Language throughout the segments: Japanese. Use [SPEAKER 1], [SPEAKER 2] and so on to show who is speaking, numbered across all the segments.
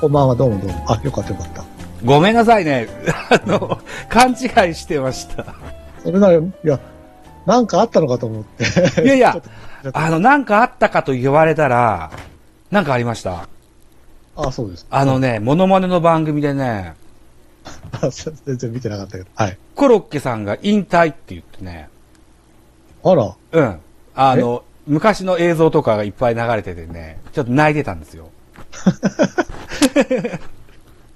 [SPEAKER 1] こんばんは、どうもどうも。あ、よかったよかった。
[SPEAKER 2] ごめんなさいね。 あの、勘違いしてま した。
[SPEAKER 1] それなら、いや、なんかあったのかと思って。
[SPEAKER 2] いやいや
[SPEAKER 1] ちょっと
[SPEAKER 2] あの、なんかあったかと言われたら、なんかありました。
[SPEAKER 1] あ、そうです。
[SPEAKER 2] あのね、モノマネの番組でね、
[SPEAKER 1] あそ全然見てなかったけど。はい。
[SPEAKER 2] コロッケさんが引退って言ってね、
[SPEAKER 1] あら、
[SPEAKER 2] うん。あの、昔の映像とかがいっぱい流れててね、ちょっと泣いてたんですよ。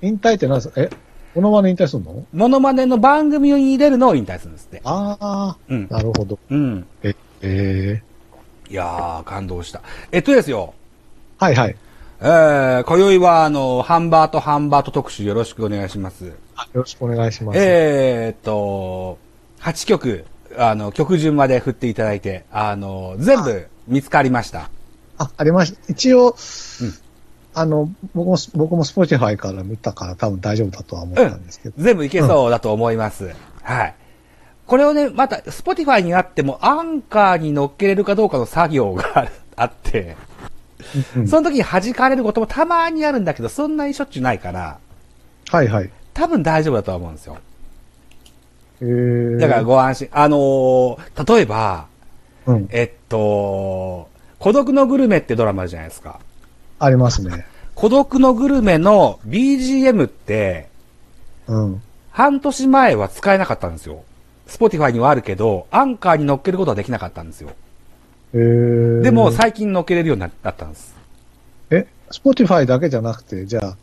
[SPEAKER 1] 引退って何ですかえ、このまま引退するの
[SPEAKER 2] モノマネの番組に出るのを引退するんですって。
[SPEAKER 1] ああ、
[SPEAKER 2] うん。
[SPEAKER 1] なるほど。
[SPEAKER 2] うん。
[SPEAKER 1] え、え
[SPEAKER 2] いやー、感動した。えっとですよ、
[SPEAKER 1] ー、はいはい。
[SPEAKER 2] えー、今宵は、あの、ハンバーとハンバート特集よろしくお願いします。
[SPEAKER 1] あよろしくお願いします。
[SPEAKER 2] えー、っと、8曲、あの、曲順まで振っていただいて、あの、全部見つかりました。
[SPEAKER 1] あ、ありました。一応、
[SPEAKER 2] うん
[SPEAKER 1] あの、僕も、僕も Spotify から見たから多分大丈夫だとは思ったんですけど。
[SPEAKER 2] 全部いけそうだと思います。はい。これをね、また、Spotify にあっても、アンカーに乗っけれるかどうかの作業が あって、
[SPEAKER 1] うん
[SPEAKER 2] その時に弾かれることもたまにあるんだけど、そんなにしょっちゅうないから、
[SPEAKER 1] はいはい。
[SPEAKER 2] 多分大丈夫だとは思うんですよ。
[SPEAKER 1] えー、
[SPEAKER 2] だからご安心。あのー例えば、
[SPEAKER 1] うん、
[SPEAKER 2] えっと、孤独のグルメってドラマあるじゃないですか。
[SPEAKER 1] ありますね。
[SPEAKER 2] 孤独のグルメの BGM って、
[SPEAKER 1] うん。
[SPEAKER 2] 半年前は使えなかったんですよ。Spotify にはあるけど、アンカーに乗っけることはできなかったんですよ。
[SPEAKER 1] えー、
[SPEAKER 2] でも、最近乗っけれるようになったんです。
[SPEAKER 1] え、Spotify だけじゃなくて、じゃあ、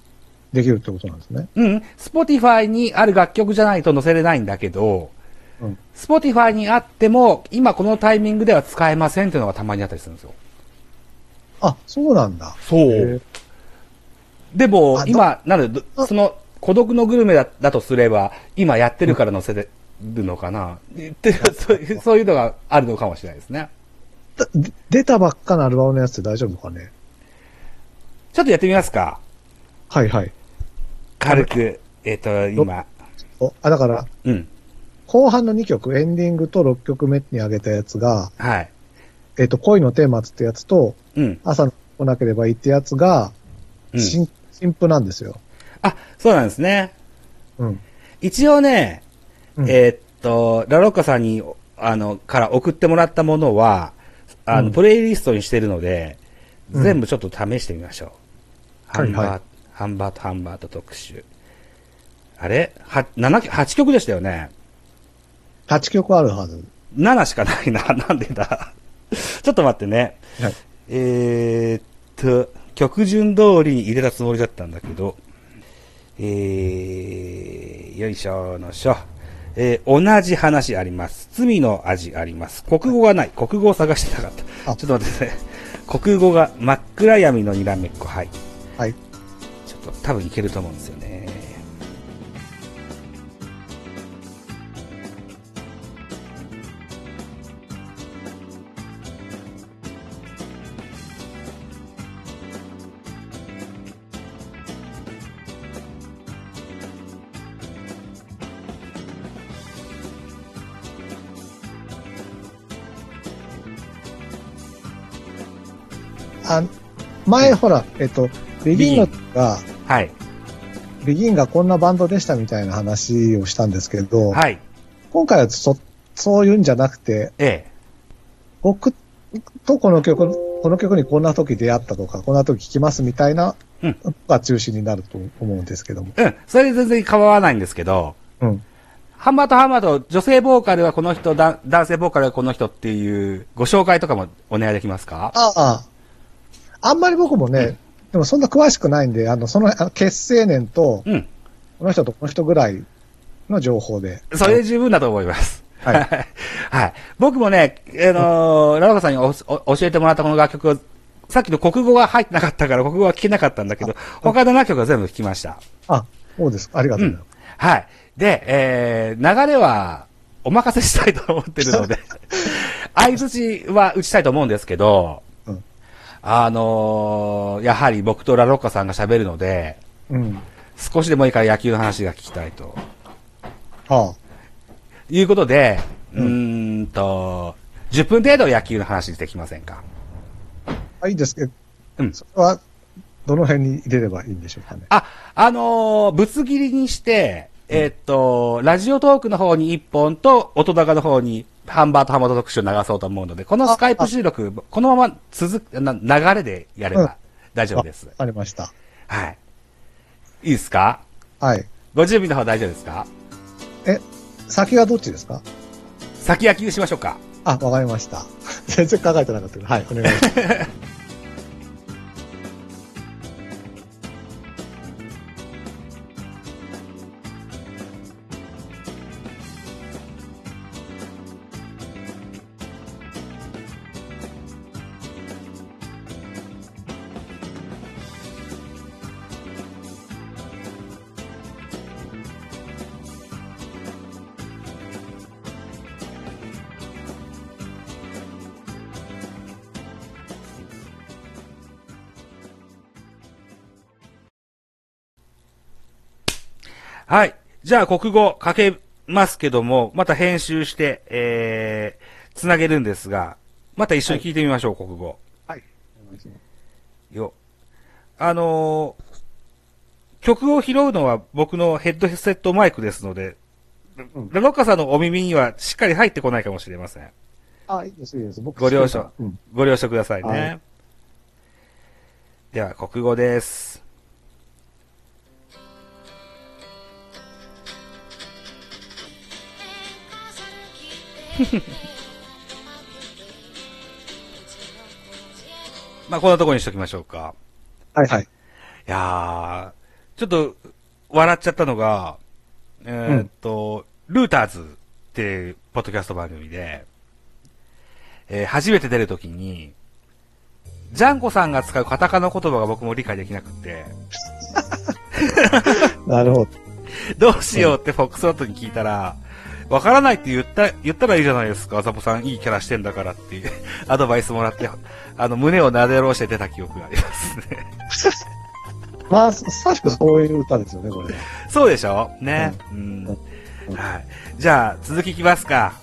[SPEAKER 1] できるってことなんですね。
[SPEAKER 2] うん。Spotify にある楽曲じゃないと載せれないんだけど、
[SPEAKER 1] うん。
[SPEAKER 2] Spotify にあっても、今このタイミングでは使えませんっていうのがたまにあったりするんですよ。
[SPEAKER 1] あ、そうなんだ。
[SPEAKER 2] そ
[SPEAKER 1] えー。
[SPEAKER 2] でも
[SPEAKER 1] あ、
[SPEAKER 2] 今、なので、どその、孤独のグルメだだとすれば、今やってるから載せてるのかな、ってそういうそういうのがあるのかもしれないですね。
[SPEAKER 1] だで出たばっかのアルバムのやつって大丈夫かね
[SPEAKER 2] ちょっとやってみますか。
[SPEAKER 1] はいはい。
[SPEAKER 2] 軽く。えっ、と、今。
[SPEAKER 1] おあ、だから、
[SPEAKER 2] うん。
[SPEAKER 1] 後半の2曲、エンディングと6曲目に上げたやつが、
[SPEAKER 2] はい。
[SPEAKER 1] えっ、と、恋のテーマってやつと、
[SPEAKER 2] うん。
[SPEAKER 1] 朝の来なければいいってやつが、
[SPEAKER 2] うん、
[SPEAKER 1] 新、新譜なんですよ。
[SPEAKER 2] あ、そうなんですね。
[SPEAKER 1] うん。
[SPEAKER 2] 一応ね、
[SPEAKER 1] うん
[SPEAKER 2] えーっと、ラロッカさんに、あの、から送ってもらったものは、あの、
[SPEAKER 1] うん
[SPEAKER 2] プレイリストにしてるので、
[SPEAKER 1] うん
[SPEAKER 2] 全部ちょっと試してみましょう。ハンバー、
[SPEAKER 1] はいはい
[SPEAKER 2] ハンバーとハンバーと特集。あれは、7曲、8曲でしたよね。
[SPEAKER 1] 8曲あるはず。
[SPEAKER 2] 7しかない な。なんでだ。ちょっと待ってね。
[SPEAKER 1] はい。
[SPEAKER 2] えーっと、曲順通りに入れたつもりだったんだけど、えー、よいしょのしょ。えー同じ話あります。罪の味あります。国語がない。国語を探してなかった。
[SPEAKER 1] あ
[SPEAKER 2] ちょっと待ってね。国語が真っ暗闇のにらめっこ。はい。
[SPEAKER 1] はい。
[SPEAKER 2] ちょっと多分いけると思うんですよね。
[SPEAKER 1] あ前、ほら、えっ、と、ビギンのが、
[SPEAKER 2] はい。
[SPEAKER 1] ビギンがこんなバンドでしたみたいな話をしたんですけど、
[SPEAKER 2] はい。
[SPEAKER 1] 今回はそ、そういうんじゃなくて、
[SPEAKER 2] え
[SPEAKER 1] 僕とこの曲、この曲にこんな時出会ったとか、こんな時聴きますみたいな
[SPEAKER 2] うん
[SPEAKER 1] のが中心になると思うんですけども。
[SPEAKER 2] え。うん。それ全然構わないんですけど、
[SPEAKER 1] うん。
[SPEAKER 2] ハンマーとハンマーと女性ボーカルはこの人、だ男性ボーカルはこの人っていうご紹介とかもお願いできますか
[SPEAKER 1] ああ、あんまり僕もね、でもそんな詳しくないんで、あの、その、あの結成年と、
[SPEAKER 2] うん。
[SPEAKER 1] この人とこの人ぐらいの情報で。
[SPEAKER 2] それで十分だと思います。
[SPEAKER 1] はい。
[SPEAKER 2] はい。僕もね、あのーラロカさんにおお教えてもらったこの楽曲を、さっきの国語が入ってなかったから国語は聞けなかったんだけど、他の7曲は全部聞きました。
[SPEAKER 1] あ、そうですか。ありがとうございます。
[SPEAKER 2] はい。で、えー、流れはお任せしたいと思ってる ので、相槌は打ちたいと思うんですけど、
[SPEAKER 1] うん
[SPEAKER 2] あのーやはり僕とラロッカさんが喋るので、
[SPEAKER 1] うん。
[SPEAKER 2] 少しでもいいから野球の話が聞きたいと。
[SPEAKER 1] は
[SPEAKER 2] いうことで、う
[SPEAKER 1] うん
[SPEAKER 2] ーんと、10分程度野球の話できませんか
[SPEAKER 1] あ。あいいですけど、
[SPEAKER 2] うん
[SPEAKER 1] それは、どの辺に入れればいいんでしょうかね。
[SPEAKER 2] あ、あのーぶつ切りにして、えーっと、ラジオトークの方に1本と、音高の方に、ハンバーとハマト特集を流そうと思うので、このスカイプ収録、このまま続く、な流れでやれ
[SPEAKER 1] うん
[SPEAKER 2] ば大丈夫です
[SPEAKER 1] わ。かりました。
[SPEAKER 2] はい。いいですか
[SPEAKER 1] はい。
[SPEAKER 2] ご準備の方大丈夫ですか
[SPEAKER 1] え、先はどっちですか
[SPEAKER 2] 先焼きしましょうか。
[SPEAKER 1] あ、わかりました。 全然考えてなかったけど、はい、お願いします。
[SPEAKER 2] はい。じゃあ、国語かけますけども、また編集して、えー、つなげるんですが、また一緒に聞いてみましょう、国語。
[SPEAKER 1] はい。
[SPEAKER 2] よ。あのー曲を拾うのは僕のヘッドセットマイクですので、
[SPEAKER 1] うん
[SPEAKER 2] ラロッカさんのお耳にはしっかり入ってこないかもしれません。
[SPEAKER 1] あ、いいです、いいです。僕
[SPEAKER 2] ご了承
[SPEAKER 1] うん。
[SPEAKER 2] ご了承くださいね。
[SPEAKER 1] はい
[SPEAKER 2] では、国語です。 まあ、こんなところにしときましょうか。
[SPEAKER 1] はい、はい。
[SPEAKER 2] いやー、ちょっと、笑っちゃったのが、えーっと、ルーターズっていう、ポッドキャスト番組で、えー初めて出るときに、ジャンコさんが使うカタカナ言葉が僕も理解できなくて、
[SPEAKER 1] なるほど。
[SPEAKER 2] どうしようってフォックスロットに聞いたら、わからないって言った、言ったらいいじゃないですか、あざぽさんいいキャラしてんだからっていう アドバイスもらって、あの、胸をなで下ろして出た記憶がありますね。
[SPEAKER 1] まあ、さしくそういう歌ですよね、これ。
[SPEAKER 2] そうでしょね。うん。
[SPEAKER 1] うん
[SPEAKER 2] はい。じゃあ、続きいきますか。